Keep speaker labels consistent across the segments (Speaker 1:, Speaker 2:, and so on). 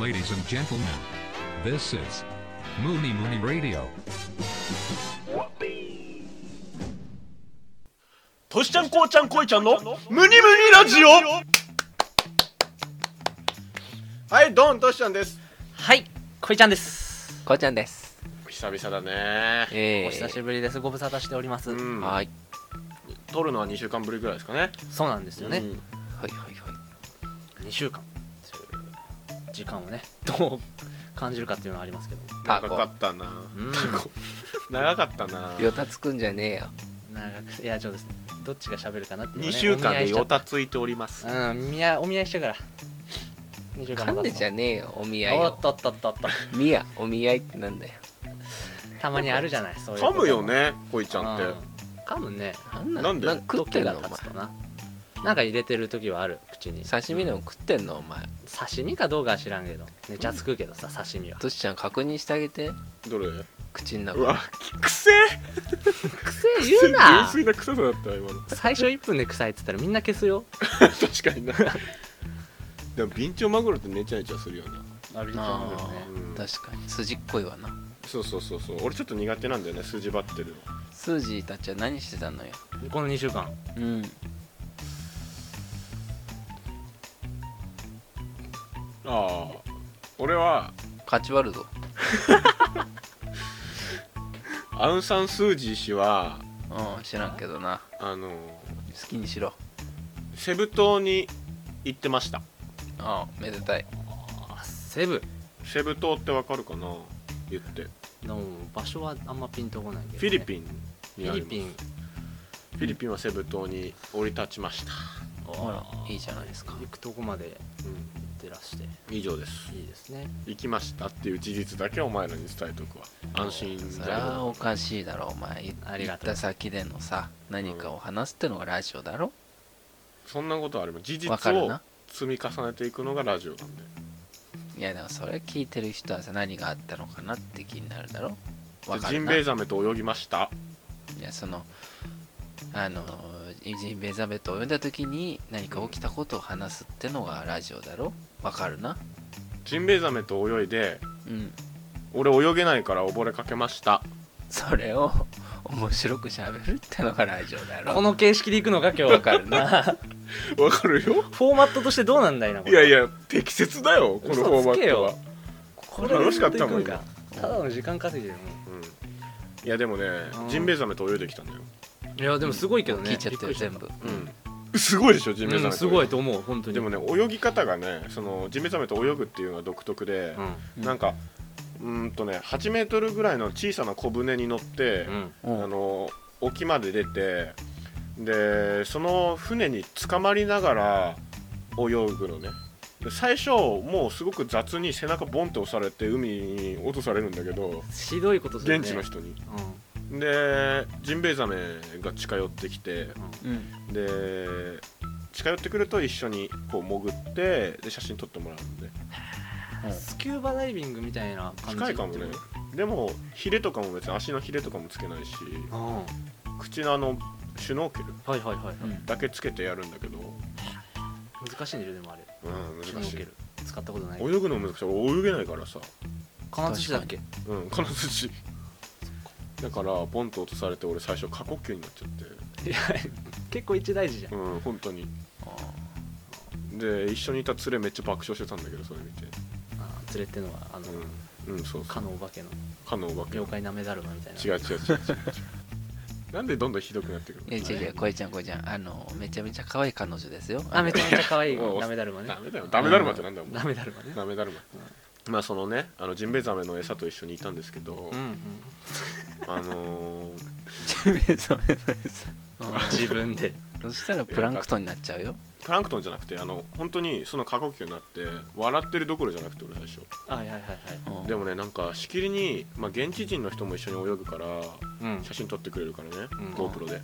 Speaker 1: ladies and gentlemen. This is Mooney Mooney Radio.
Speaker 2: としちゃんこうちゃんこいちゃんのムニムニラジオ
Speaker 3: はい、ドンとしちゃんです。
Speaker 4: はい、こいちゃんです。
Speaker 5: こうちゃんです。
Speaker 3: 久々だね。
Speaker 5: ええ
Speaker 4: お久しぶりです。ご無沙汰しております。
Speaker 3: うん、
Speaker 5: はい。
Speaker 3: 撮るのは2週間ぶりぐらいですかね。
Speaker 4: そうなんですよね。
Speaker 3: うん
Speaker 5: はいはいはい。
Speaker 4: 2週間。時間をね、どう感じるかっていうのはありますけど。
Speaker 5: タ
Speaker 3: 長か
Speaker 5: コ。
Speaker 3: ったな。
Speaker 4: うん、
Speaker 3: 長かったな。
Speaker 5: よたつくんじゃねえよ。
Speaker 4: 長く、いや、ちょっとですね、どっちが喋るかなっていう、ね。
Speaker 3: 2週間でよ
Speaker 4: た。
Speaker 3: たついております。
Speaker 4: うん、みや、お見合いしてから。2週間
Speaker 5: 噛んでじゃ
Speaker 4: ん。
Speaker 5: ねえよ。お見合い
Speaker 4: おっ
Speaker 5: を。
Speaker 4: とっとっとっと。
Speaker 5: みや、お見合いってなんだよ。
Speaker 4: たまにあるじゃない、そういうこ
Speaker 3: 噛
Speaker 4: と。
Speaker 3: むよね、こいち
Speaker 4: う
Speaker 3: ゃん
Speaker 4: ん。
Speaker 3: って。
Speaker 4: 噛むね。
Speaker 5: なんな
Speaker 3: な
Speaker 5: の
Speaker 3: んで
Speaker 5: か食って
Speaker 4: 時
Speaker 5: ん
Speaker 4: が
Speaker 5: のお前
Speaker 4: 経。つとな。なんか入れてる時はある、口に。
Speaker 5: 刺身でも食ってんのお前。
Speaker 4: 刺身かどうかは知らんけど。めちゃつくけどさ、刺身は。
Speaker 5: としちゃん確認してあげて。
Speaker 3: どれ
Speaker 5: 口の
Speaker 3: う
Speaker 5: 中
Speaker 3: わ。、くせえ
Speaker 4: くせえ言う
Speaker 3: 純
Speaker 4: な
Speaker 3: 粋な臭さだったわ、今の。
Speaker 4: 最初1分で臭いっつったらみんな消すよ
Speaker 3: 確かにな。でも、ビンチョウマグロってネチャネチャするよな。
Speaker 4: ある
Speaker 3: うん
Speaker 5: 確かに筋っこいわな。
Speaker 3: そうそうそうそう。俺ちょっと苦手なんだよね、数字バってるの。
Speaker 5: スージーたちは何してたのよ。
Speaker 4: この2週間
Speaker 5: うん。
Speaker 3: ああ。俺は、
Speaker 5: カチワルド。
Speaker 3: アウン・サン・スー・ジー氏は、
Speaker 5: うん、知らんけどな。
Speaker 3: あの、
Speaker 5: 好きにしろ。
Speaker 3: セブ島に行ってました
Speaker 5: ああ、めでたい。
Speaker 4: セブ
Speaker 3: セブ島ってわかるかな言って
Speaker 4: の場所はあんまピンとこないけど、ね、
Speaker 3: フィリピンに
Speaker 4: フ
Speaker 3: あ
Speaker 4: ィ
Speaker 3: りま
Speaker 4: リ
Speaker 3: す
Speaker 4: ピン
Speaker 3: フィリピンはセブ島に降り立ちました、
Speaker 5: ほら、いいじゃないですか。
Speaker 4: 行くとこまで
Speaker 3: う
Speaker 4: 行ってらして
Speaker 3: ん、以上です
Speaker 4: いいですね
Speaker 3: 行きましたっていう事実だけお前らに伝えとくわ安心
Speaker 5: そり
Speaker 3: 材
Speaker 5: ゃ
Speaker 3: 料
Speaker 5: おかしいだろお前言
Speaker 4: あり
Speaker 5: 言
Speaker 4: が
Speaker 5: っ
Speaker 4: とう
Speaker 5: た先でのさ何かを話すってのがラジオだろ
Speaker 3: そんなことはありま事実
Speaker 5: わかる
Speaker 3: を
Speaker 5: な
Speaker 3: 積み重ねていくのがラジオなんで
Speaker 5: いやでもそれ聞いてる人はさ何があったのかなって気になるだろわ
Speaker 3: で
Speaker 5: か
Speaker 3: ジ
Speaker 5: る
Speaker 3: ン
Speaker 5: な
Speaker 3: ベエ
Speaker 5: い
Speaker 3: ザメと泳ぎました
Speaker 5: やそのあのジンベエザメと泳いだ時に何か起きたことを話すってのがラジオだろわかるな
Speaker 3: ジンベエザメと泳いで
Speaker 5: うん
Speaker 3: 俺泳げないから溺れかけました
Speaker 5: それを面白くしゃべるってのがラジオだろ
Speaker 4: この形式で行くのが今日わかるな
Speaker 3: わかるよ
Speaker 4: フォーマットとしてどうなんだいなこ
Speaker 3: いや
Speaker 4: れ
Speaker 3: いや適切だよこのフォーマ
Speaker 4: 嘘つけ
Speaker 3: ットは
Speaker 4: よこれ
Speaker 3: 楽しかったもん
Speaker 4: ずと行くかただの時間稼ぎだよも
Speaker 3: うんいやでもね
Speaker 4: うん
Speaker 3: ジンベエザメと泳いできたんだよ、
Speaker 4: ういやでもすごいけどね
Speaker 5: 聞いちゃったよ全部
Speaker 3: うん、すごいでしょジンベエザメと泳いで、
Speaker 4: すごいと思う本当に
Speaker 3: でもね泳ぎ方がねそのジンベエザメと泳ぐっていうのが独特で
Speaker 4: う、ん
Speaker 5: うん
Speaker 3: なんかうーんとね8メートルぐらいの小さな小舟に乗って
Speaker 4: う、ん
Speaker 5: うん
Speaker 3: あの沖まで出てでその船に捕まりながら泳ぐのねで最初もうすごく雑に背中ボンって押されて海に落とされるんだけど
Speaker 4: ひどいことするね
Speaker 3: 現地の人に
Speaker 4: うん
Speaker 3: でジンベエザメが近寄ってきて
Speaker 5: うん
Speaker 3: で近寄ってくると一緒にこう潜ってで写真撮ってもらうんで
Speaker 4: スキューバダイビングみたいな感じ
Speaker 3: 近いかもねでもヒレとかも別に足のヒレとかもつけないし
Speaker 4: うんは
Speaker 3: 口のあのシュノーケル
Speaker 4: いはいはい、
Speaker 5: うん
Speaker 3: だけつけてやるんだけど、
Speaker 4: 難しいんでしょでもあれ
Speaker 3: うん、難しい
Speaker 4: シュノーケル使ったことない
Speaker 3: 泳ぐの難しい俺泳げないからさ
Speaker 4: 金槌だっけ
Speaker 3: うん金槌だからボンと落とされて俺最初過呼吸になっちゃっ
Speaker 4: いや結構一大事じゃん
Speaker 3: てうん本当に
Speaker 5: あ
Speaker 3: で一緒にいた連れめっちゃ爆笑してたんだけどそれ見て
Speaker 4: あー連れってのはあの、
Speaker 3: うん、うん、そうそう
Speaker 4: かのお化けの
Speaker 3: かのお化け
Speaker 4: 妖怪なめだるまみたいな
Speaker 3: 違う違う違う違う違うなんでどんどんひどくなってくる
Speaker 5: いや違う違うこえちゃんこえちゃんあのめちゃめちゃ可愛い彼女ですよ
Speaker 4: あめちゃめちゃ可愛い
Speaker 3: おう
Speaker 4: なめだるまね
Speaker 3: ダメだよダメだるまってなんだよ
Speaker 4: なめだるまね
Speaker 3: ダメだるままあそのねあのジンベエザメの餌と一緒にいたんですけど、
Speaker 4: うんうん
Speaker 3: あのー
Speaker 5: ジンベエザメの餌
Speaker 4: 自分で
Speaker 5: そしたらプランクトンになっちゃうよ
Speaker 3: プランクトンじゃなくてあの本当にその過呼吸になって笑ってるどころじゃなくて俺最初
Speaker 4: あはいはいはいはい
Speaker 3: でもねなんかしきりに、まあ、現地人の人も一緒に泳ぐから
Speaker 4: うん
Speaker 3: 写真撮ってくれるからね、
Speaker 4: ん
Speaker 3: GoPro で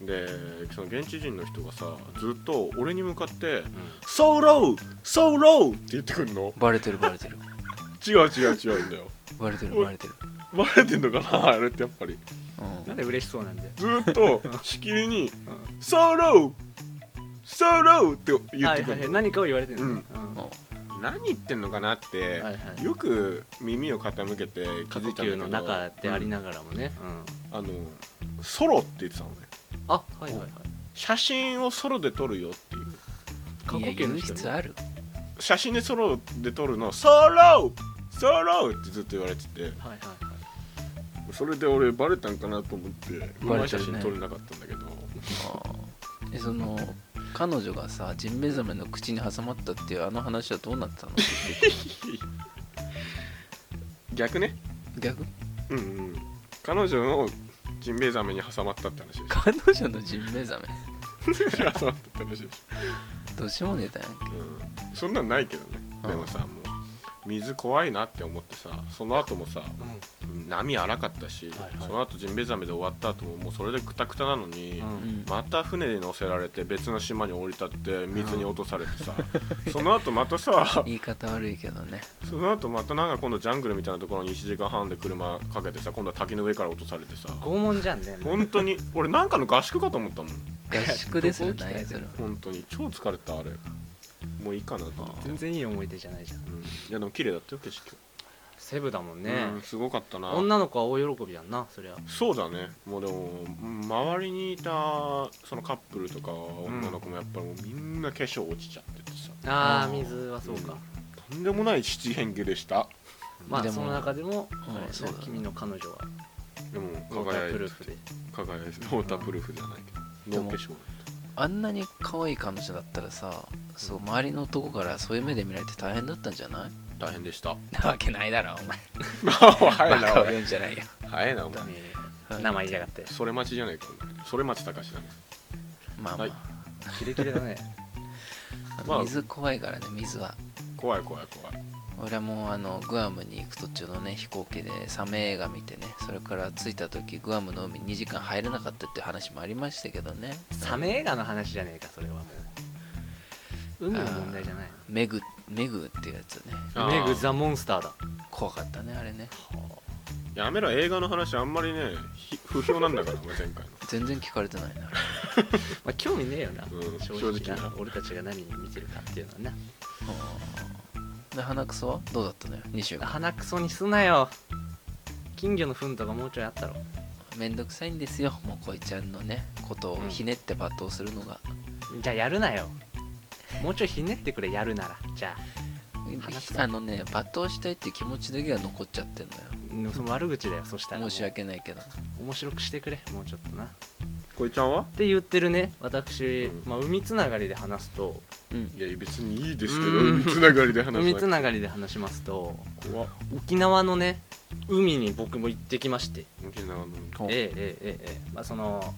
Speaker 3: でその現地人の人がさずっと俺に向かって「ソーローソーロー!」って言ってくるの
Speaker 5: バレてるバレてる
Speaker 3: 違う違う違うんだ よ
Speaker 5: バレてるバレてる
Speaker 3: バレてんのか なあれってやっぱり
Speaker 4: な
Speaker 5: うんん
Speaker 4: で嬉しそうなんで
Speaker 3: ずーっとしきりに「ソローソロー!」って言
Speaker 4: は
Speaker 3: って
Speaker 4: い
Speaker 3: く
Speaker 4: は
Speaker 3: る
Speaker 4: いはい
Speaker 3: の
Speaker 4: 何かを言われてるの
Speaker 3: うん
Speaker 4: ねうん
Speaker 5: も
Speaker 3: 何言ってんのかなって、
Speaker 4: はいはい
Speaker 3: よく耳を傾けて気
Speaker 4: 過
Speaker 3: づ
Speaker 4: 呼
Speaker 3: いたんだけ
Speaker 4: 吸
Speaker 3: ど
Speaker 4: の中でありながらもね、うん
Speaker 3: あのソロって言ってたのね
Speaker 4: あはいはいはい
Speaker 3: 写真をソロで撮るよっていう
Speaker 4: 過呼
Speaker 5: いや
Speaker 4: 吸
Speaker 5: 言
Speaker 4: の
Speaker 5: う
Speaker 4: 人
Speaker 5: 必
Speaker 4: ね
Speaker 5: 要ある
Speaker 3: 写真でソロで撮るのソロソロってずっと言われてて
Speaker 4: はいはいはい
Speaker 3: それで俺バレたんかなと思ってうまい写真
Speaker 4: バレて
Speaker 3: 撮
Speaker 4: る
Speaker 3: れな
Speaker 4: ね
Speaker 3: かったんだけど
Speaker 5: あーえその彼女がさジンベエザメの口に挟まったっていうあの話はどうな ったの
Speaker 3: 逆ね
Speaker 5: 逆
Speaker 3: うんうん彼女のジンベエザメに挟まったって話でしょ
Speaker 5: 彼女のジンベエザメ
Speaker 3: 挟まったって話でしょ
Speaker 5: どうしようもねえだよ
Speaker 3: うんそんなんないけどね
Speaker 5: うん
Speaker 3: でもさもう水怖いなって思ってさその後もさ、波荒かったし、
Speaker 4: はいはい
Speaker 3: その後ジンベエザメで終わった後ももうそれでクタクタなのに、
Speaker 4: うん
Speaker 5: うん
Speaker 3: また船に乗せられて別の島に降り立って水に落とされてさ、その後またさ
Speaker 5: 言い方悪いけどね
Speaker 3: その後またなんか今度ジャングルみたいなところに1時間半で車かけてさ今度は滝の上から落とされてさ
Speaker 4: 拷問じゃんねもう
Speaker 3: 本当に俺なんかの合宿かと思ったもん
Speaker 5: 合宿ですよ
Speaker 4: どこを鍛
Speaker 5: ね
Speaker 4: えてるの
Speaker 3: 本当に超疲れたあれもういいかなと思って、
Speaker 4: 全然いい思い出じゃないじゃん
Speaker 3: うんいやでも綺麗だったよ景色
Speaker 4: セブだもんね、
Speaker 3: うんすごかったな
Speaker 4: 女の子は大喜びやんなそりゃ
Speaker 3: そうだねもうでもうん周りにいたそのカップルとか女の子もやっぱりもうみんな化粧落ちちゃっててさ
Speaker 4: ああ
Speaker 5: うん
Speaker 4: 水はそうか、
Speaker 3: とんでもない七変化でした
Speaker 4: まあ
Speaker 5: でも
Speaker 4: その中でも、
Speaker 5: うん
Speaker 4: あれね
Speaker 5: そうだね
Speaker 4: 君の彼女は
Speaker 3: でも
Speaker 4: ウォータ
Speaker 3: 輝
Speaker 4: ー
Speaker 3: い
Speaker 4: プ
Speaker 3: て
Speaker 4: ルーフで
Speaker 3: 輝いてウォータープルーフじゃないけどノー化粧
Speaker 5: あんなに可愛い彼女だったらさそう周りの男からそういう目で見られて大変だったんじゃない
Speaker 3: 大変で した
Speaker 5: なわけないだろお前
Speaker 3: 早い
Speaker 5: バカ
Speaker 3: な
Speaker 5: を
Speaker 3: おい
Speaker 5: 言うんじゃないよ
Speaker 3: 早いなお前
Speaker 5: はい
Speaker 4: 名前言いやがって
Speaker 3: それ待ちじゃないかお前それ待ち高しだね
Speaker 5: まあま
Speaker 3: は
Speaker 5: あ
Speaker 3: い、
Speaker 4: キレキレだね
Speaker 3: まあ
Speaker 5: 水怖いからね水は
Speaker 3: 怖い怖い怖い
Speaker 5: 俺はもうあのグアムに行く途中のね飛行機でサメ映画見てねそれから着いた時グアムの海2時間入れなかったっていう話もありましたけどね
Speaker 4: サメ映画の話じゃねえかそれはもう海の問題じゃない
Speaker 5: メグメグっていうやつね
Speaker 3: あー
Speaker 4: メグザモンスターだ
Speaker 5: 怖かったねあれね
Speaker 3: やめろ映画の話あんまりねひ不評なんだからお前前回の
Speaker 5: 全然聞かれてないなあれ
Speaker 4: まあ興味ねえよな、
Speaker 3: うん
Speaker 4: 正
Speaker 3: 正
Speaker 4: 直
Speaker 3: 直
Speaker 4: な
Speaker 3: な
Speaker 4: 俺たちが何に見てるかっていうのはな
Speaker 5: うんで鼻くそはどうだったのよ2週間
Speaker 4: 鼻くそにすなよ金魚の糞とかもうちょいあったろ
Speaker 5: めんどくさいんですよもうこいちゃんのねことをひねって罵倒するのが、
Speaker 4: じゃあやるなよもうちょいひねってくれやるならじゃあ話す
Speaker 5: あのね罵倒したいっていう気持ちだけが残っちゃってんの
Speaker 4: う
Speaker 5: よ
Speaker 4: んその悪口だよそしたらもう
Speaker 5: 申し訳ないけど
Speaker 4: 面白くしてくれもうちょっとなっ
Speaker 3: こいちゃんは
Speaker 4: て言ってるね私
Speaker 3: う、ん
Speaker 4: まあ、海つながりで話すと
Speaker 5: うん
Speaker 3: いや別にいいですけど
Speaker 4: うん
Speaker 3: 海つながりで話
Speaker 4: 海つ
Speaker 3: な
Speaker 4: ながりで話しますと
Speaker 3: 怖っ
Speaker 4: 沖縄のね海に僕も行ってきまして
Speaker 3: 沖縄の
Speaker 5: お
Speaker 4: ええええええまあ、その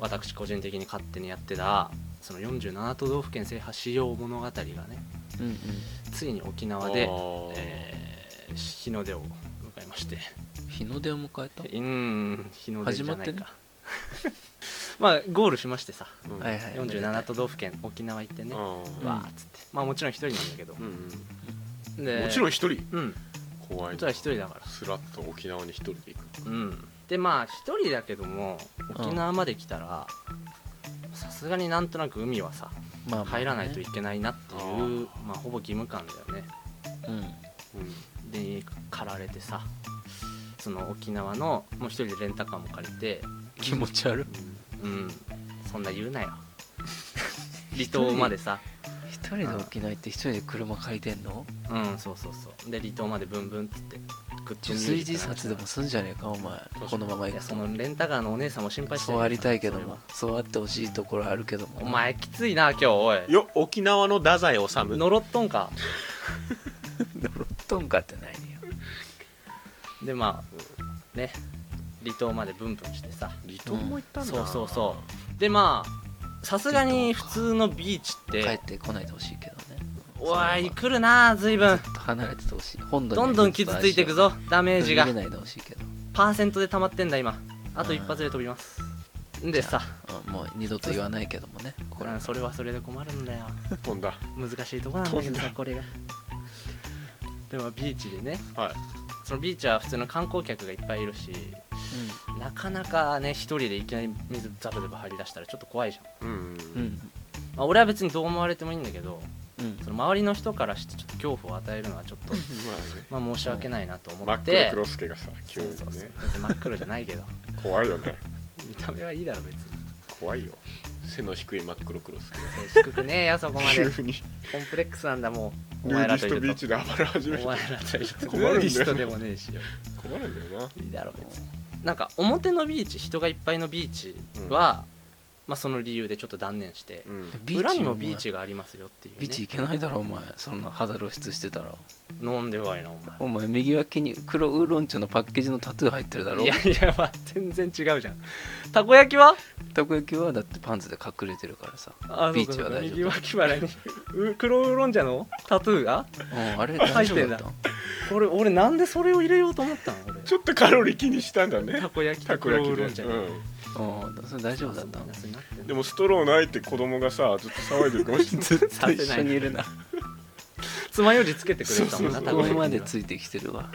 Speaker 4: 私個人的に勝手にやってたその47都道府県制覇しよう物語がね
Speaker 5: うんうん
Speaker 4: ついに沖縄で、えー日の出を迎えまして
Speaker 5: 日の出を迎えた
Speaker 4: うーん日の出じゃない
Speaker 5: 始まってね
Speaker 4: か まあゴールしましてさ
Speaker 3: うん
Speaker 5: はいはい
Speaker 4: 47都道府県沖縄行ってね
Speaker 3: あー
Speaker 4: わーっつってまあもちろん一人なんだけど
Speaker 3: う、んうん
Speaker 4: で
Speaker 3: もちろん一人
Speaker 4: うん
Speaker 3: 怖い
Speaker 4: 実は一人だから
Speaker 3: スラッと沖縄に一人で行く
Speaker 4: うんでまあ一人だけども沖縄まで来たらさすがになんとなく海はさ
Speaker 5: まあ
Speaker 4: 入らないと
Speaker 5: い
Speaker 4: いけないなっていうまあほぼ義務感だよね
Speaker 5: うん
Speaker 3: うん
Speaker 4: で駆られてさその沖縄のもう一人でレンタカーも借りて
Speaker 5: 気持ち悪い
Speaker 4: うんそんな言うな よ離島までさ
Speaker 5: 一人で沖縄行って一人で車借りてんの
Speaker 4: うんそうそうそうで離島までブンブンっつってグッ
Speaker 5: 自炊自殺でもすんじゃねえかお前
Speaker 3: かに
Speaker 5: このまま
Speaker 4: い
Speaker 5: 行
Speaker 4: や
Speaker 5: く
Speaker 4: そ
Speaker 5: と
Speaker 4: のレンタカーのお姉さんも心配して
Speaker 5: そうありたいけど
Speaker 4: それは
Speaker 5: もそうあってほしいところあるけども
Speaker 4: お前きついな今日おい
Speaker 3: よ沖縄の太宰治
Speaker 4: 呪っとんか
Speaker 5: ロットンかってないよ
Speaker 4: でまあね離島までブンブンしてさ
Speaker 3: 離島も行ったんだ
Speaker 4: そうそうそうでまあさすがに普通のビーチっ
Speaker 5: 帰
Speaker 4: て
Speaker 5: ってこないでほしいけどね
Speaker 4: おい来るな随分
Speaker 5: ちょっと離れててほしい本土に
Speaker 4: ど
Speaker 5: は
Speaker 4: んどん傷ついていくぞダメージ
Speaker 5: 逃
Speaker 4: が
Speaker 5: げないでほしいけど
Speaker 4: パーセントで溜まってんだ今あと一発で飛びますんでさ
Speaker 5: うんもう二度と言わないけどもねこれ
Speaker 4: うんそれはそれで困るんだよ
Speaker 3: 飛んだ
Speaker 4: 難しいとこなんだけどさこれがでもビーチでね
Speaker 3: はい
Speaker 4: そのビーチは普通の観光客がいっぱいいるしなかなかね一人でいきなり水ザブザブ張り出したらちょっと怖いじゃん
Speaker 3: うん
Speaker 5: うんうん
Speaker 4: まあ、俺は別にどう思われてもいいんだけど
Speaker 5: うん
Speaker 4: その周りの人からしてちょっと恐怖を与えるのはちょっ と、まあ、申し訳ないなと思
Speaker 3: マッ
Speaker 4: っ
Speaker 3: クル・
Speaker 4: て
Speaker 3: クロスケがさ急
Speaker 4: そう
Speaker 3: に
Speaker 4: そうそう
Speaker 3: ね
Speaker 4: だって真っ黒じゃないけど
Speaker 3: 怖いよね
Speaker 4: 見た目はいいだろ別に
Speaker 3: 怖いよ背の低いマックル・クロスケ
Speaker 4: 低くねえよそこまで
Speaker 3: 急に
Speaker 4: コンプレックスなんだもうお
Speaker 3: ヌー
Speaker 4: 前
Speaker 3: デ
Speaker 4: ら
Speaker 3: ィ
Speaker 4: と
Speaker 3: ス
Speaker 4: い
Speaker 3: トビー
Speaker 4: ると
Speaker 3: チで暴れ始め
Speaker 4: お
Speaker 3: た
Speaker 4: 前らといると
Speaker 3: 困るんだよな
Speaker 4: リストでもねえしよ
Speaker 3: 困るんだよない
Speaker 4: いだろ別になんか表のビーチ人がいっぱいのビーチは、まあその理由でちょっと断念して、
Speaker 3: うん
Speaker 4: 裏にもビー
Speaker 5: お
Speaker 4: チがありますよっていう、ね、
Speaker 5: 前ビーチ行けないだろお前そんな肌露出してたら
Speaker 4: 飲んではいなお前
Speaker 5: お前右脇に黒ウーロン茶のパッケージのタトゥー入ってるだろ
Speaker 4: いやいや、まあ、全然違うじゃんたこ焼きは
Speaker 5: たこ焼きはだってパンツで隠れてるからさ
Speaker 4: あ
Speaker 5: ビーチは大丈夫
Speaker 4: 右脇腹にう黒ウーロン茶のタトゥーが
Speaker 5: うんあれ
Speaker 4: 入
Speaker 5: 大
Speaker 4: っ
Speaker 5: 丈
Speaker 4: てん
Speaker 5: 夫
Speaker 4: だ
Speaker 5: だった
Speaker 4: これ俺なんでそれを入れようと思ったの俺
Speaker 3: ちょっとカロリー気にしたんだね
Speaker 4: たこ焼きと
Speaker 3: たこ
Speaker 4: 黒
Speaker 3: 焼き
Speaker 4: ウー
Speaker 3: で、
Speaker 4: ロン茶に
Speaker 3: うん
Speaker 5: うんそれ大丈夫だった
Speaker 4: そんなやつになってんの
Speaker 3: でもストローないって子供がさずっと騒いでるかもしれない
Speaker 5: ずっと一
Speaker 4: さ
Speaker 5: 緒
Speaker 4: せない
Speaker 5: にいるな
Speaker 4: 爪楊枝つけてくれてた
Speaker 3: そ
Speaker 4: もんな
Speaker 3: うそうそう
Speaker 5: こ
Speaker 4: た
Speaker 5: こ
Speaker 4: こ焼きには
Speaker 5: までついてきてるわ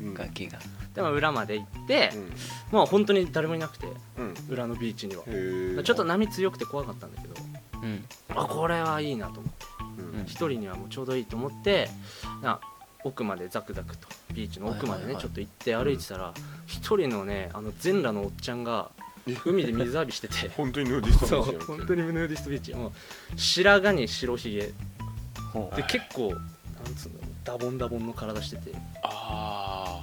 Speaker 3: うん
Speaker 5: ガキが
Speaker 4: でも裏まで行って、
Speaker 3: うん
Speaker 4: まあ本当に誰もいなくて
Speaker 3: うん
Speaker 4: 裏のビーチには
Speaker 3: へー
Speaker 4: ちょっと波強くて怖かったんだけど
Speaker 5: うん
Speaker 4: あこれはいいなと思って
Speaker 3: うん
Speaker 4: 一人にはもうちょうどいいと思ってな奥までザクザクとビーチの奥までね、
Speaker 5: はいはいはい
Speaker 4: ちょっと行って歩いてたら一、人のねあの全裸のおっちゃんが
Speaker 3: え
Speaker 4: 海で水浴びしてて
Speaker 3: 本当にヌーディス
Speaker 4: そ
Speaker 3: トビーチ
Speaker 4: う
Speaker 3: やん
Speaker 4: 本当にヌーディストビーチもう白髪に白ひげ
Speaker 5: ほう
Speaker 4: で結構なんつうのダボンダボンの体しててち
Speaker 3: ああ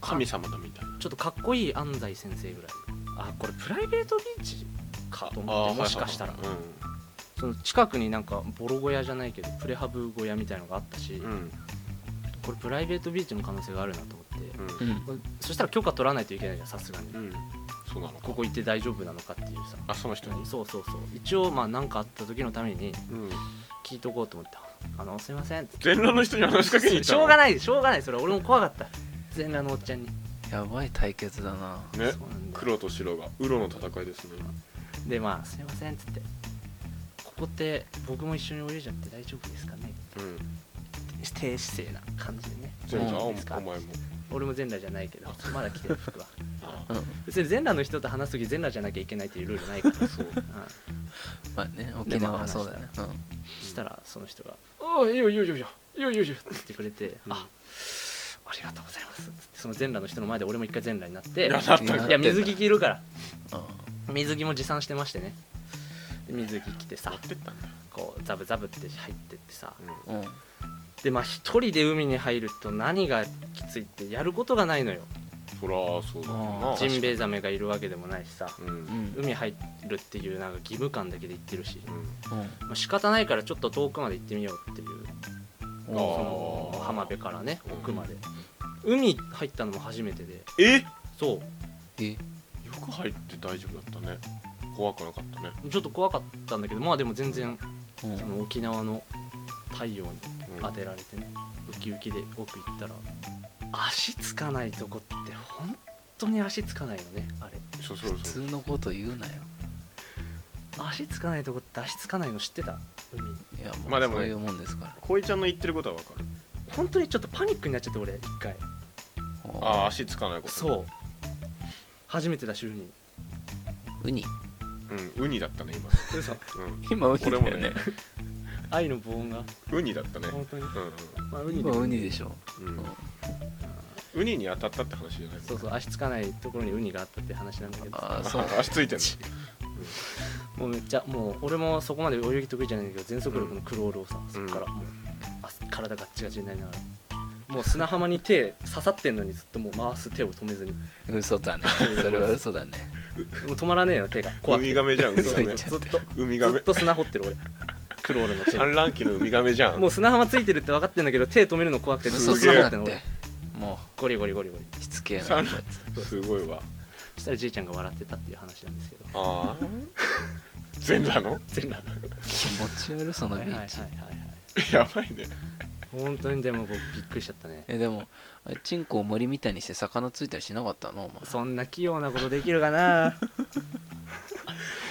Speaker 3: 神様だみたいな
Speaker 4: ょっとかっこいい安西先生ぐらいあこれプライベートビーチかと思ってもしかしたら、その近くになんかボロ小屋じゃないけどプレハブ小屋みたいのがあったし、
Speaker 3: うんうん
Speaker 4: これプライベートビーチの可能性があるなと思って、
Speaker 5: う
Speaker 3: うん
Speaker 5: ん
Speaker 4: これそしたら許可取らないといけないじゃんさすがに、
Speaker 3: うんそうなの
Speaker 4: ここ行って大丈夫なのかっていうさ
Speaker 3: あその人に
Speaker 4: そうそうそう一応まあ何かあった時のために
Speaker 3: うん
Speaker 4: 聞いとこうと思ったあのすいませんって
Speaker 3: 全裸の人に話しかけに行った
Speaker 4: しょうが
Speaker 3: ない
Speaker 4: ないしょうがないそれ俺も怖かった全裸のおっちゃんに、
Speaker 5: やばい対決だな
Speaker 3: ね
Speaker 4: そうなんだよ
Speaker 3: 黒と白がウロの戦いですね
Speaker 4: でまあすいませんっつってここって僕も一緒に泳いじゃって大丈夫ですかね
Speaker 3: うん
Speaker 4: 低姿勢な感じでね
Speaker 3: 全
Speaker 5: う
Speaker 3: 裸あ
Speaker 4: い
Speaker 5: ん
Speaker 4: い
Speaker 3: お
Speaker 4: ですか
Speaker 3: お前も
Speaker 4: 俺も全裸じゃないけどまだ着てる服は
Speaker 3: あ
Speaker 5: うん
Speaker 4: 別に全裸の人と話す時全裸じゃなきゃいけないっていうルールないから
Speaker 3: そう
Speaker 4: う
Speaker 5: まあね沖縄はそうだねうん
Speaker 4: ん、したらその人が「おういいよいいよいいよいいよいいよいいよ」って言ってくれて「
Speaker 3: うん
Speaker 4: あありがとうございます」ってその全裸の人の前で俺も一回全裸になって
Speaker 3: い
Speaker 4: 「
Speaker 3: やなったん
Speaker 5: だ
Speaker 4: いや水着着るから
Speaker 5: う
Speaker 4: 水着も持参してましてね」で水着着てさ
Speaker 3: ってったんだ
Speaker 4: こうザブザブって入ってってさ
Speaker 5: んうん
Speaker 4: でまあ一人で海に入ると何がきついってやることがないのよ
Speaker 3: そりゃそうだ
Speaker 5: あ
Speaker 3: な
Speaker 4: ジンベエザメがいるわけでもないしさ
Speaker 3: うんうん
Speaker 5: うん
Speaker 4: 海入るっていうなんか義務感だけで行ってるし、
Speaker 5: うん
Speaker 4: まあ、仕方ないからちょっと遠くまで行ってみようっていう
Speaker 3: あ
Speaker 5: うん
Speaker 4: その
Speaker 3: ー
Speaker 4: 浜辺からね
Speaker 3: うん
Speaker 4: 奥まで、海入ったのも初めてで
Speaker 3: えよ
Speaker 4: そ
Speaker 5: え
Speaker 3: く入って大丈夫だったね怖くなかったね
Speaker 4: うちょっと怖かったんだけどまあでも全然
Speaker 5: うん
Speaker 4: その沖縄の太陽に
Speaker 3: うん
Speaker 4: 当てられてねウキウキで奥行ったら足つかないとこって本当に足つかないよねあれ
Speaker 3: そうそう
Speaker 5: 普
Speaker 3: そう
Speaker 5: 通のこと言うなよ
Speaker 4: 足つかないとこって足つかないの知ってた海
Speaker 5: いや
Speaker 3: まあ
Speaker 5: まあ
Speaker 3: で
Speaker 5: で
Speaker 3: もね
Speaker 5: もそういうもんですから
Speaker 3: 小井ちゃんの言ってることはわかる
Speaker 4: 本当にちょっとパニックになっちゃって俺一回
Speaker 3: ああ足つかないこと
Speaker 4: そう初めてだ就任
Speaker 5: ウニ
Speaker 3: うんウニだったね今
Speaker 4: 嘘
Speaker 3: うん
Speaker 5: 今ウニだ
Speaker 3: 俺
Speaker 5: よ
Speaker 3: もね
Speaker 5: ね
Speaker 4: 愛の防音が
Speaker 3: ウニだったね
Speaker 4: 本当に、
Speaker 3: うんうん
Speaker 4: まあ、ウニ
Speaker 5: 今
Speaker 4: で
Speaker 5: ウニでしょ
Speaker 3: う
Speaker 5: うんん
Speaker 3: ウニに当たったって話じゃない
Speaker 4: そうそう足つかないところにウニがあったって話なんだけど
Speaker 5: ああそう
Speaker 3: あ 足ついてん
Speaker 4: もうめっちゃもう俺もそこまで泳ぎ得意じゃないんだけど全速力のクロールをさ、そっからもうあ体ガッチガチになりながらもう砂浜に手刺さってんのにずっともう回す手を止めずにも
Speaker 5: 嘘だねそれは嘘だね
Speaker 4: う止まらねえよ手が
Speaker 3: の
Speaker 4: 怖
Speaker 3: ウ
Speaker 4: く
Speaker 3: ミ
Speaker 4: て
Speaker 3: ガメじゃんウミ
Speaker 4: そう
Speaker 3: ガメ
Speaker 4: ずっと
Speaker 3: ウミガ
Speaker 4: ず
Speaker 3: メ
Speaker 4: っと砂掘ってる俺クロールの手
Speaker 3: 産卵期のウミガメじゃん
Speaker 4: もう砂浜ついてるって分かってんだけど手止めるの怖くてずっ
Speaker 5: 嘘
Speaker 4: と
Speaker 5: つ
Speaker 3: すげえ
Speaker 5: く
Speaker 4: 砂掘っ
Speaker 5: なってて
Speaker 4: んの俺
Speaker 5: も
Speaker 4: ゴリゴリゴリゴリ
Speaker 5: うしつけえな
Speaker 3: 産
Speaker 5: こい
Speaker 3: すごいわ
Speaker 4: そしたらじいちゃんが笑ってたっていう話なんですけど
Speaker 3: ああ全裸の
Speaker 4: 全裸の
Speaker 5: つ気持ち悪いその
Speaker 4: は
Speaker 5: ビ
Speaker 4: いはいはいは
Speaker 5: ー
Speaker 4: い
Speaker 5: チ
Speaker 4: はい
Speaker 3: やばいね
Speaker 4: 本当にでも僕びっくりしちゃっ たね
Speaker 5: えでもあれチンコを森みたいにして魚ついたりしなかったのお前
Speaker 4: そんな器用なことできるかな
Speaker 3: あ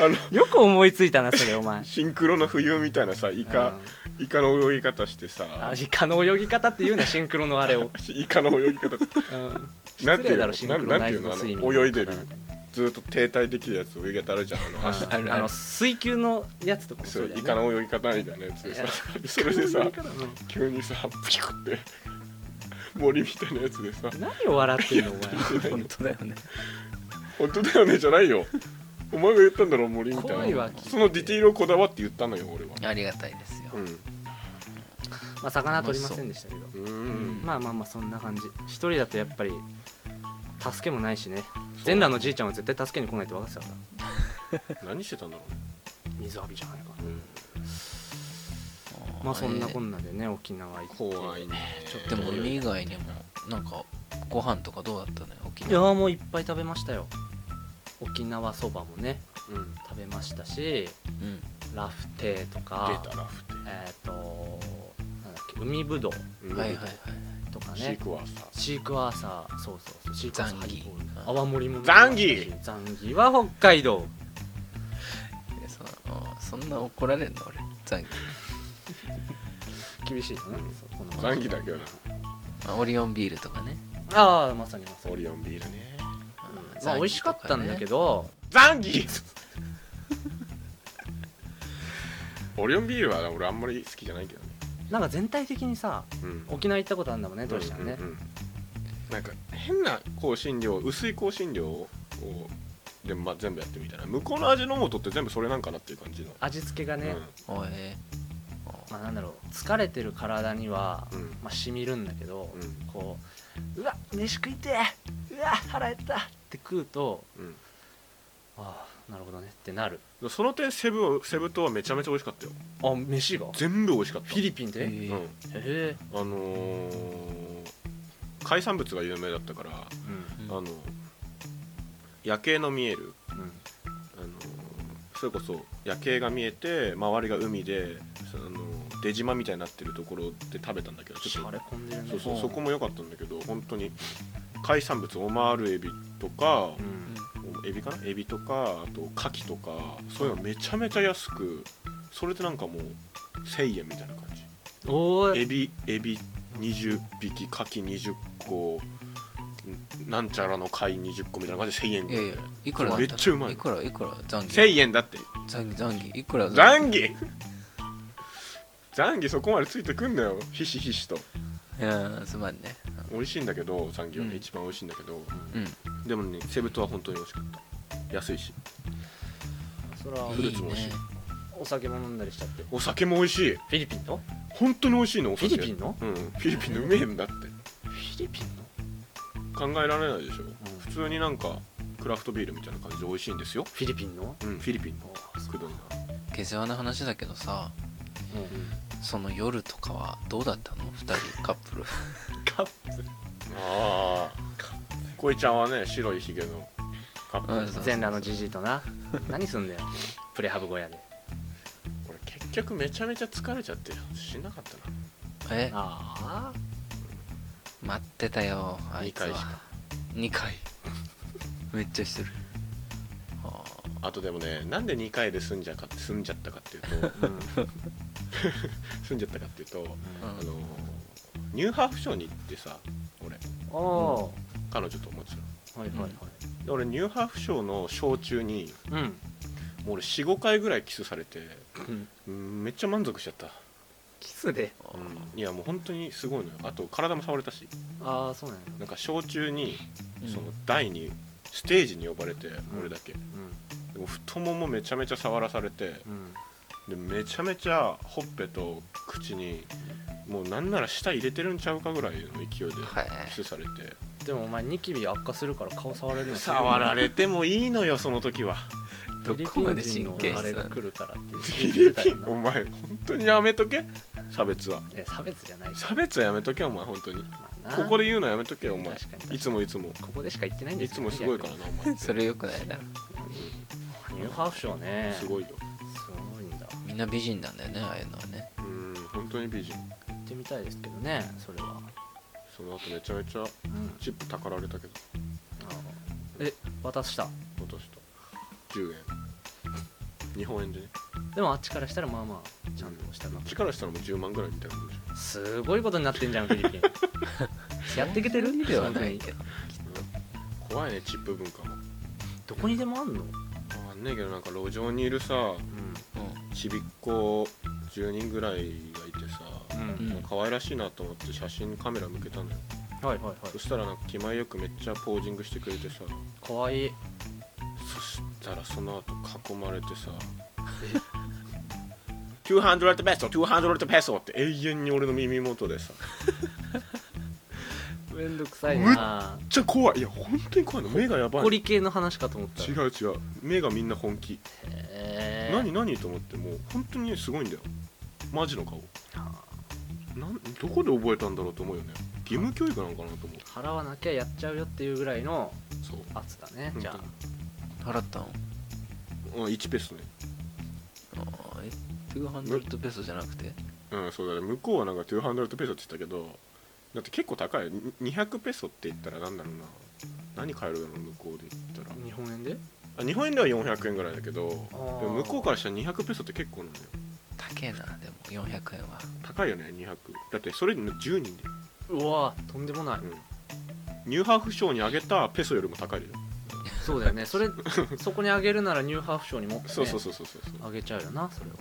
Speaker 3: の
Speaker 4: よく思いついたなそれお前
Speaker 3: シンクロの浮遊みたいなさイカイカの泳ぎ方して
Speaker 4: うんあ
Speaker 3: さ
Speaker 4: イカの泳ぎ方っていうなシンクロのあれを、
Speaker 3: イカの泳ぎ方
Speaker 4: うん、
Speaker 3: なん
Speaker 4: 失
Speaker 3: てい
Speaker 4: 礼
Speaker 3: う
Speaker 4: だ
Speaker 3: の
Speaker 4: ろシンクロ
Speaker 3: なん
Speaker 4: ナ
Speaker 3: て
Speaker 4: イ
Speaker 3: い
Speaker 4: ズ
Speaker 3: うの
Speaker 4: の
Speaker 3: あの
Speaker 4: スイミング
Speaker 3: 泳いでるずーっと停滞できるやつ泳ぎ方あるじゃんあの足
Speaker 5: あるある
Speaker 4: あの水球のやつとかも
Speaker 3: そ
Speaker 4: そう
Speaker 3: う
Speaker 4: だ
Speaker 3: イ
Speaker 4: よ
Speaker 3: カ
Speaker 4: ね
Speaker 3: の泳ぎ方みたいなやつでさ
Speaker 4: いや
Speaker 3: それでさ
Speaker 4: イカの泳ぎ方うん
Speaker 3: 急にさプキュって森みたいなやつでさ
Speaker 4: 何を笑ってんのお前
Speaker 5: 本当だよね
Speaker 3: 本当だよねじゃないよお前が言ったんだろ森みた
Speaker 4: 怖
Speaker 3: い
Speaker 4: い
Speaker 3: な
Speaker 4: わ
Speaker 3: そのディティールをこだわって言ったのよ俺は
Speaker 5: ありがたいですよ、
Speaker 3: うん
Speaker 4: まあ魚は取りませんでしたけど
Speaker 3: うーん
Speaker 4: まあまあまあそんな感じ一人だとやっぱり助けもないしね全裸のじいちゃんは絶対助けに来ないって分かってたから
Speaker 3: 何してたんだろうね
Speaker 4: 水浴びじゃないか
Speaker 3: うん
Speaker 4: まあそんなこ
Speaker 5: と
Speaker 4: んなでね沖縄行って
Speaker 3: 怖いね
Speaker 4: ちょっと
Speaker 5: でも海以外にもなんかご飯とかどうだったのよ沖
Speaker 4: いや
Speaker 5: 縄
Speaker 4: ーもういっぱい食べましたよ沖縄そばもね
Speaker 3: うん
Speaker 4: 食べましたし
Speaker 5: うん
Speaker 4: ラフテーと
Speaker 3: 出
Speaker 4: か
Speaker 3: たラフテ
Speaker 4: えっ、となんだっけ海ぶどう
Speaker 3: うん
Speaker 5: はいはいはい
Speaker 4: とか
Speaker 3: シ
Speaker 4: ね
Speaker 3: ークワーサー
Speaker 4: シークワーサーそうそうそうシークワーサー
Speaker 5: ザンギ
Speaker 4: ハイボール泡盛も
Speaker 3: ザンギ
Speaker 4: ザンギは北海道
Speaker 5: でそのそんな怒られんの俺残機
Speaker 4: 厳しいよねそうこの
Speaker 3: ザンギだけどな
Speaker 5: まあオリオンビールとかね
Speaker 4: ああまさにまさに
Speaker 3: オリオンビールね
Speaker 5: うん
Speaker 4: まあ美味しかったんだけど、
Speaker 3: ザンギオリオンビールは俺あんまり好きじゃないけどね
Speaker 4: なんか全体的にさ
Speaker 3: うん
Speaker 4: 沖縄行ったことあるんだもんねどうしたらね、
Speaker 3: んんんなんか変な香辛料薄い香辛料をで、まあ、全部やってみたら向こうの味の素って全部それなんかなっていう感じの
Speaker 4: 味付けがね、
Speaker 5: とかねおいえ
Speaker 4: まあなんだろう疲れてる体には、
Speaker 3: うん
Speaker 4: まあ染みるんだけど、
Speaker 3: うん
Speaker 4: こううわ飯食いてえうわ腹減ったって食うと
Speaker 3: うん、
Speaker 4: ああなるほどねってなる
Speaker 3: うん、その点セブセブ島はめちゃめちゃ美味しかったよ
Speaker 4: あ飯が
Speaker 3: 全部美味しかった
Speaker 4: フィリピンで、へ
Speaker 5: ー
Speaker 3: うん
Speaker 4: え、
Speaker 3: あのー海産物が有名だったから、
Speaker 4: うん
Speaker 5: うん
Speaker 3: あの夜景の見える
Speaker 4: うん、
Speaker 3: あのそれこそ夜景が見えて周りが海でその出島みたいになってるところで食べたんだけど
Speaker 4: し
Speaker 3: ちょっ
Speaker 4: ゃ
Speaker 3: と
Speaker 4: れ込んでるね
Speaker 3: そうそうそこも良かったんだけど本当に海産物オマールエビとか
Speaker 4: う、
Speaker 5: うん
Speaker 4: ん
Speaker 3: エビかなエビとかあと牡蠣とかそういうのめちゃめちゃ安くそれでなんかもう1000円みたいな感じ
Speaker 4: おー
Speaker 3: エ
Speaker 4: い
Speaker 3: ビエビ20匹牡蠣20個んなんちゃらの貝20個みたいな感じで1000円
Speaker 5: い
Speaker 3: ぐ
Speaker 5: や
Speaker 3: らい
Speaker 5: いやいくらだた
Speaker 3: めっちゃうまい
Speaker 5: いくらいくら残機
Speaker 3: 1000円だって
Speaker 5: 残機残機いくら
Speaker 3: ザ
Speaker 5: ン
Speaker 3: ンギザンギそこまでついてくんだよひしひしと
Speaker 5: いやすまんね
Speaker 3: 美味しいんだけどザンギはね、
Speaker 5: うん
Speaker 3: 一番美味しいんだけど、
Speaker 5: うん
Speaker 3: でもねセブ島は本当に美味しかった安いし
Speaker 4: それはい
Speaker 5: い
Speaker 3: い
Speaker 5: い
Speaker 3: ね
Speaker 5: ね
Speaker 4: お酒も飲んだりしちゃって
Speaker 3: お酒も美味しい
Speaker 4: フィリピンの
Speaker 3: 本当に美味しいのお酒
Speaker 4: フィリピンの
Speaker 3: うんフィリピンのうめえんだって
Speaker 4: フィリピンの
Speaker 3: 考えられないでしょ、普通になんかクラフトビールみたいな感じで美味しいんですよ
Speaker 4: フィリピンの
Speaker 3: うんフィリピンの
Speaker 4: あ
Speaker 3: くどいな
Speaker 5: 下世話な話だけどさ
Speaker 4: うん
Speaker 5: その夜とかはどうだったの2人カップル
Speaker 4: カップ
Speaker 3: ああこいちゃんはね白いひげのカップル、
Speaker 5: うんそう
Speaker 4: 全裸のじじいとな何すんだよプレハブ小屋で
Speaker 3: これ結局めちゃめちゃ疲れちゃってしなかったな
Speaker 5: え
Speaker 4: ああ
Speaker 5: 待ってたよあいつは
Speaker 3: 二回しか
Speaker 5: 2回めっちゃしてるあ
Speaker 3: あとでもねなんで2回で済んじゃか済んじゃったかって いうと済んじゃったかっていうと、
Speaker 5: あ
Speaker 3: あのニューハーフショーに行ってさ俺
Speaker 4: おお
Speaker 3: 彼女ともちろん
Speaker 4: ーはいはいはい
Speaker 3: で俺ニューハーフショーのショー中に
Speaker 4: うん
Speaker 3: もう俺45回ぐらいキスされて
Speaker 4: うん
Speaker 3: うんめっちゃ満足しちゃった、
Speaker 4: キスで
Speaker 3: いやもう本当にすごいのよあと体も触れたし
Speaker 4: ああそうなんや
Speaker 3: なんかショー中に
Speaker 5: うん
Speaker 3: その台にステージに呼ばれて俺だけ
Speaker 4: う
Speaker 3: でも太ももめちゃめちゃ触らされて
Speaker 4: んうん
Speaker 3: でめちゃめちゃほっぺと口にもうなんなら舌入れてるんちゃうかぐらいの勢いで
Speaker 5: はい
Speaker 3: キスされて
Speaker 4: でもお前ニキビ悪化するから顔触れるの
Speaker 3: 触られてもいいのよその時は
Speaker 5: どこまで
Speaker 4: フィリピン
Speaker 5: 神経
Speaker 4: 人のあれ
Speaker 5: 質
Speaker 4: が
Speaker 5: な
Speaker 4: 来るからって
Speaker 3: フィ
Speaker 4: 言っ
Speaker 3: リ
Speaker 4: てた
Speaker 3: ピ
Speaker 4: よ
Speaker 3: ン
Speaker 4: な
Speaker 3: お 前本当にやめとけ差別はい
Speaker 4: や差別じゃないし
Speaker 3: 差別はやめとけお前本当にここ
Speaker 4: で
Speaker 3: で言うのやめとけお前
Speaker 4: 確かに
Speaker 3: いつもいつも
Speaker 4: ここでしか言ってないんで
Speaker 3: い
Speaker 4: す
Speaker 3: つもすごいからなお
Speaker 5: それよくないな
Speaker 4: ニューハーフショーね
Speaker 3: 前すごいよ
Speaker 4: すごいんだ
Speaker 5: みんな美人なんだよねああいうのはね
Speaker 3: うん本当に美人
Speaker 4: 行ってみたいですけどねそれは
Speaker 3: その後めちゃめちゃ
Speaker 4: うん
Speaker 3: チップたかられたけど
Speaker 4: え渡した
Speaker 3: 落とした10円日本円でね
Speaker 4: でもあっちからしたらまあまあちゃんとしたな
Speaker 3: 力したらもう10万ぐらいみたいなもんでしょ
Speaker 4: すごいことになってんじゃんフィリピン やっていけてる
Speaker 5: ではないけど
Speaker 3: 怖いねチップ文化も
Speaker 4: どこにでもあんの
Speaker 3: わかんねえけどなんか路上にいるさちびっ子10人ぐらいがいてさ、
Speaker 2: うん
Speaker 5: うん
Speaker 3: 可愛らしいなと思って写真カメラ向けたのよ
Speaker 4: はいはいはい
Speaker 3: そしたらなんか気前よくめっちゃポージングしてくれてさ
Speaker 4: かわいい
Speaker 3: そしたらその後囲まれて さ200ペソ200ペソって永遠に俺の耳元でさめっ
Speaker 4: めんどくさいな
Speaker 3: ちゃ怖いいや本当に怖いの目がやば
Speaker 4: コ
Speaker 3: い
Speaker 4: リ系の話かと思った
Speaker 3: 違う違う目がみんな本気
Speaker 4: へー
Speaker 3: 何何と思ってもう本当にすごいんだよマジの顔なんどこで覚えたんだろうと思うよね義務教育なのかなと思う
Speaker 4: 払わなきゃやっちゃうよっていうぐらいの
Speaker 3: そう
Speaker 4: 圧だねじゃあ
Speaker 5: 払ったの
Speaker 3: うん1ペソね
Speaker 5: あーえ200ペソじゃなくて
Speaker 3: うんそうだね向こうはなんか200ペソって言ったけどだって結構高いに200ペソって言ったらなんだろうな何買えるだろう向こうで言ったら
Speaker 4: 日本円で
Speaker 3: あ日本円では400円ぐらいだけどで
Speaker 4: あー
Speaker 3: も向こうからしたら200ペソって結構なんだよ
Speaker 5: 高えなでも400円は
Speaker 3: 高いよね200だってそれ10人で、
Speaker 4: うわーとんでもない
Speaker 3: うん、ニューハーフ賞にあげたペソよりも高いよ
Speaker 4: そうだよねそ れそこにあげるならニューハーフ賞にもっ
Speaker 3: そうそう
Speaker 4: て
Speaker 3: そうそうそう
Speaker 4: あげちゃうよなそれは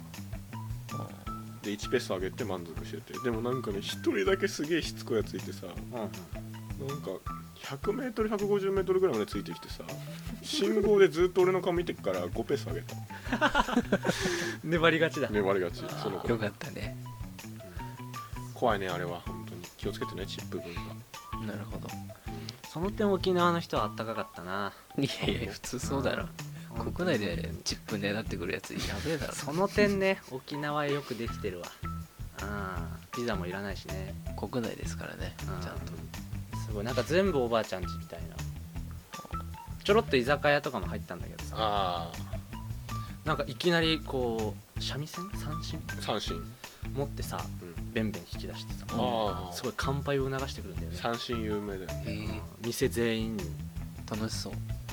Speaker 3: で1ペソあげて満足しててでもなんかね1人だけすげえしつこいやついてさ
Speaker 4: うんうん
Speaker 3: なんか 100m150m ぐらいまでついてきてさ信号でずっと俺の顔見てっから5ペース上げた
Speaker 4: 粘りがちだ
Speaker 3: 粘りがちその
Speaker 5: うん
Speaker 3: 子
Speaker 5: よかったね
Speaker 3: 怖いねあれは本当に気をつけてねチップ文化
Speaker 5: なるほど
Speaker 4: その点沖縄の人はあったかかったない
Speaker 5: やいや普通そうだろ
Speaker 4: うん
Speaker 5: 国内でチップ狙ってくるやつやべえだろ
Speaker 4: その点ね沖縄よくできてるわあビザもいらないしね
Speaker 5: 国内ですからね
Speaker 4: うん
Speaker 5: ちゃんと
Speaker 4: すごいなんか全部おばあちゃんちみたいなちょろっと居酒屋とかも入ったんだけどさ
Speaker 3: あ
Speaker 4: なんかいきなりこう三味線三振
Speaker 3: あ三振
Speaker 4: 持ってさ、
Speaker 3: うん
Speaker 4: ベンベン引き出してさ
Speaker 3: ああ
Speaker 4: すごい乾杯を促してくるんだよね
Speaker 3: 三振有名だよね
Speaker 5: へえ
Speaker 4: 店全員に
Speaker 5: 楽しそう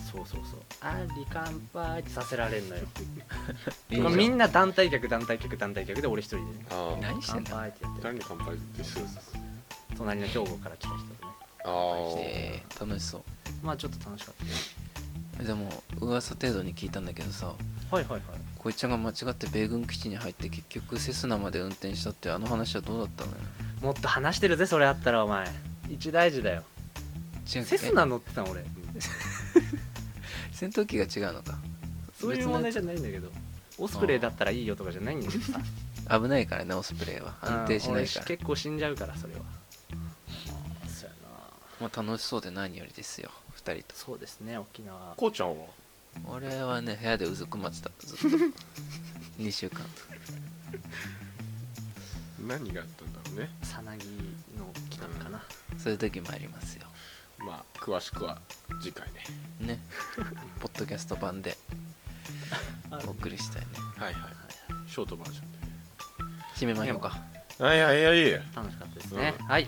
Speaker 4: そうそうそうあり乾杯ってさせられんのよ
Speaker 5: いいじゃん
Speaker 4: みんな団体客団体客団体客で俺一人でね
Speaker 3: あ
Speaker 5: 何して
Speaker 4: 乾
Speaker 5: んだ
Speaker 4: 杯ってやって
Speaker 3: 誰
Speaker 4: る
Speaker 3: に乾杯です
Speaker 4: 隣の兵庫から来た人でね
Speaker 3: あ
Speaker 5: へえ楽しそう
Speaker 4: まあちょっと楽しかっ
Speaker 5: でも噂程度に聞いたんだけどさ
Speaker 4: たはいはいはい
Speaker 5: こいちゃんが間違って米軍基地に入って結局セスナまで運転したってあの話はどうだったのよ
Speaker 4: もっと話してるぜそれあったらお前一大事だよ
Speaker 5: 違う
Speaker 4: セスナ乗ってたの俺
Speaker 5: え戦闘機が違うのか
Speaker 4: そういう問題じゃないんだけどオスプレイだったらいいよとかじゃないんだけどさ
Speaker 5: 危ないからねオスプレイは安定しないか
Speaker 4: うん俺
Speaker 5: ら
Speaker 4: 結構死んじゃうからそれはそうやな
Speaker 5: もう楽しそうで何よりですよ2人
Speaker 4: そうですね沖縄
Speaker 3: こうちゃんは
Speaker 5: と俺はね部屋でうずくまってたずっと2週間
Speaker 3: 何があったんだろうね
Speaker 4: さなぎの期間かな、
Speaker 5: そういう時もありますよ
Speaker 3: まあ詳しくは次回ね
Speaker 5: ねポッドキャスト版でお送りしたいね
Speaker 3: はいはいショートバージョンで
Speaker 5: 締めましょうか
Speaker 3: はいはいはいはい
Speaker 4: 楽しかったですね、
Speaker 3: う
Speaker 4: はい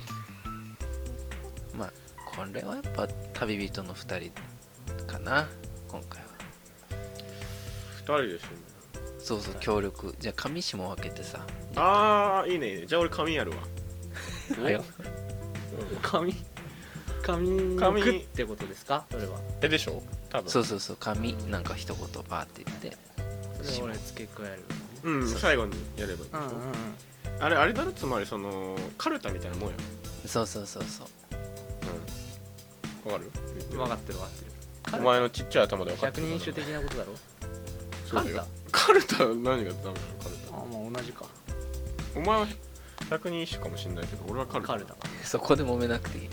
Speaker 5: まあこれはやっぱ旅人の2人かな今回は
Speaker 3: 2人でしょ
Speaker 5: そうそう協力じゃあ上下分けてさ
Speaker 3: ああいいねいいねじゃあ俺紙やるわ
Speaker 5: はよ
Speaker 4: 紙紙
Speaker 3: 紙
Speaker 4: 紙くってことですかそれは
Speaker 3: えでしょ多分
Speaker 5: そうそうそう紙なんか一言バーって言って
Speaker 4: それ俺付け加える
Speaker 3: うん最後にやればいいでし
Speaker 4: うんうん
Speaker 3: ょ
Speaker 4: うん
Speaker 3: あれあれだろつまりそのカルタみたいなもんや
Speaker 5: そうそうそうそう
Speaker 3: うんわかる
Speaker 4: 分かってる分かってる
Speaker 3: お前のちっちゃい頭で分かって
Speaker 4: 百
Speaker 3: る
Speaker 4: 人一首的なことだろ
Speaker 3: そうだよカルタ何がダメなのカル
Speaker 4: ああまあ同じか
Speaker 3: タお前は百人一首かもしれないけど俺はカルタ
Speaker 4: カルタか
Speaker 5: そこで揉めなくていい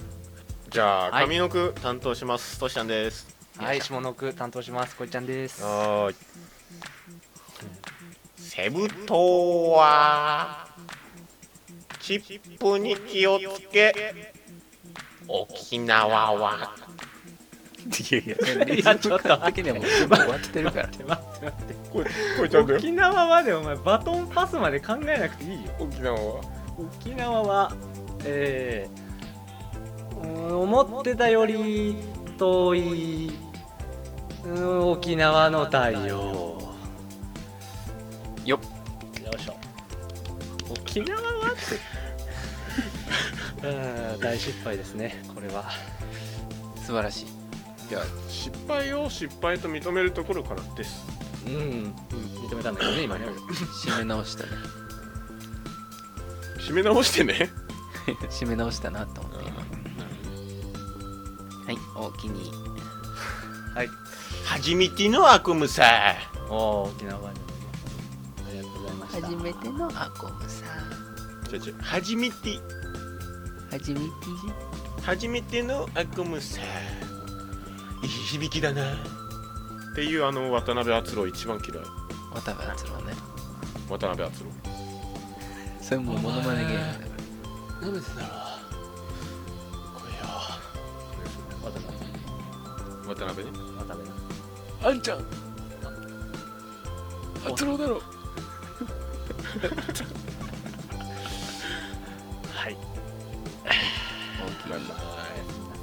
Speaker 3: じゃ
Speaker 4: は
Speaker 3: あ
Speaker 4: い
Speaker 3: 上の句担当しますとしちゃんです
Speaker 4: はい下の句担当しますこいちゃんです
Speaker 3: はいセブ島はチップに気をつけ沖縄はい
Speaker 5: やいや
Speaker 4: いやちょっと待っ
Speaker 5: 的にはもう全部終わってるから
Speaker 4: て待って待って
Speaker 3: これこれちゃんだよ
Speaker 4: 沖縄はでお前バトンパスまで考えなくていいよ
Speaker 3: 沖縄は
Speaker 4: 沖縄はえーうん思ってたより遠いうん沖縄の太陽
Speaker 5: よっ
Speaker 4: よいしょ沖縄は ってうん大失敗ですねこれは
Speaker 5: 素晴らしい
Speaker 3: いや失敗を失敗と認めるところからです
Speaker 4: うん、うん、認めたんだけどね今ね
Speaker 5: 締め直したね
Speaker 3: 締め直してね
Speaker 5: 締め直したなと思って今はいおおきに
Speaker 4: はい
Speaker 3: 初めての悪夢さ
Speaker 4: おお沖縄ワインありがとうございました
Speaker 5: 初めてのアコムさん
Speaker 3: じゃじゃ初めて
Speaker 5: 初めて
Speaker 3: 初めての悪夢さいい響きだなっていうあの渡辺篤郎一番嫌い
Speaker 5: 渡部篤郎ね
Speaker 3: 渡辺篤郎
Speaker 5: それもうモノマネゲームだか
Speaker 2: 舐めてたろ来いよ
Speaker 4: 渡
Speaker 3: 渡辺
Speaker 4: 辺
Speaker 3: ね
Speaker 4: 渡辺
Speaker 5: らあんちゃん篤郎だろ
Speaker 4: はい
Speaker 5: おおきに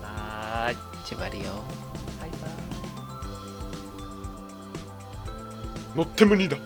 Speaker 4: はーい
Speaker 5: 縛りよ
Speaker 4: バイバイ
Speaker 3: 乗って無理だ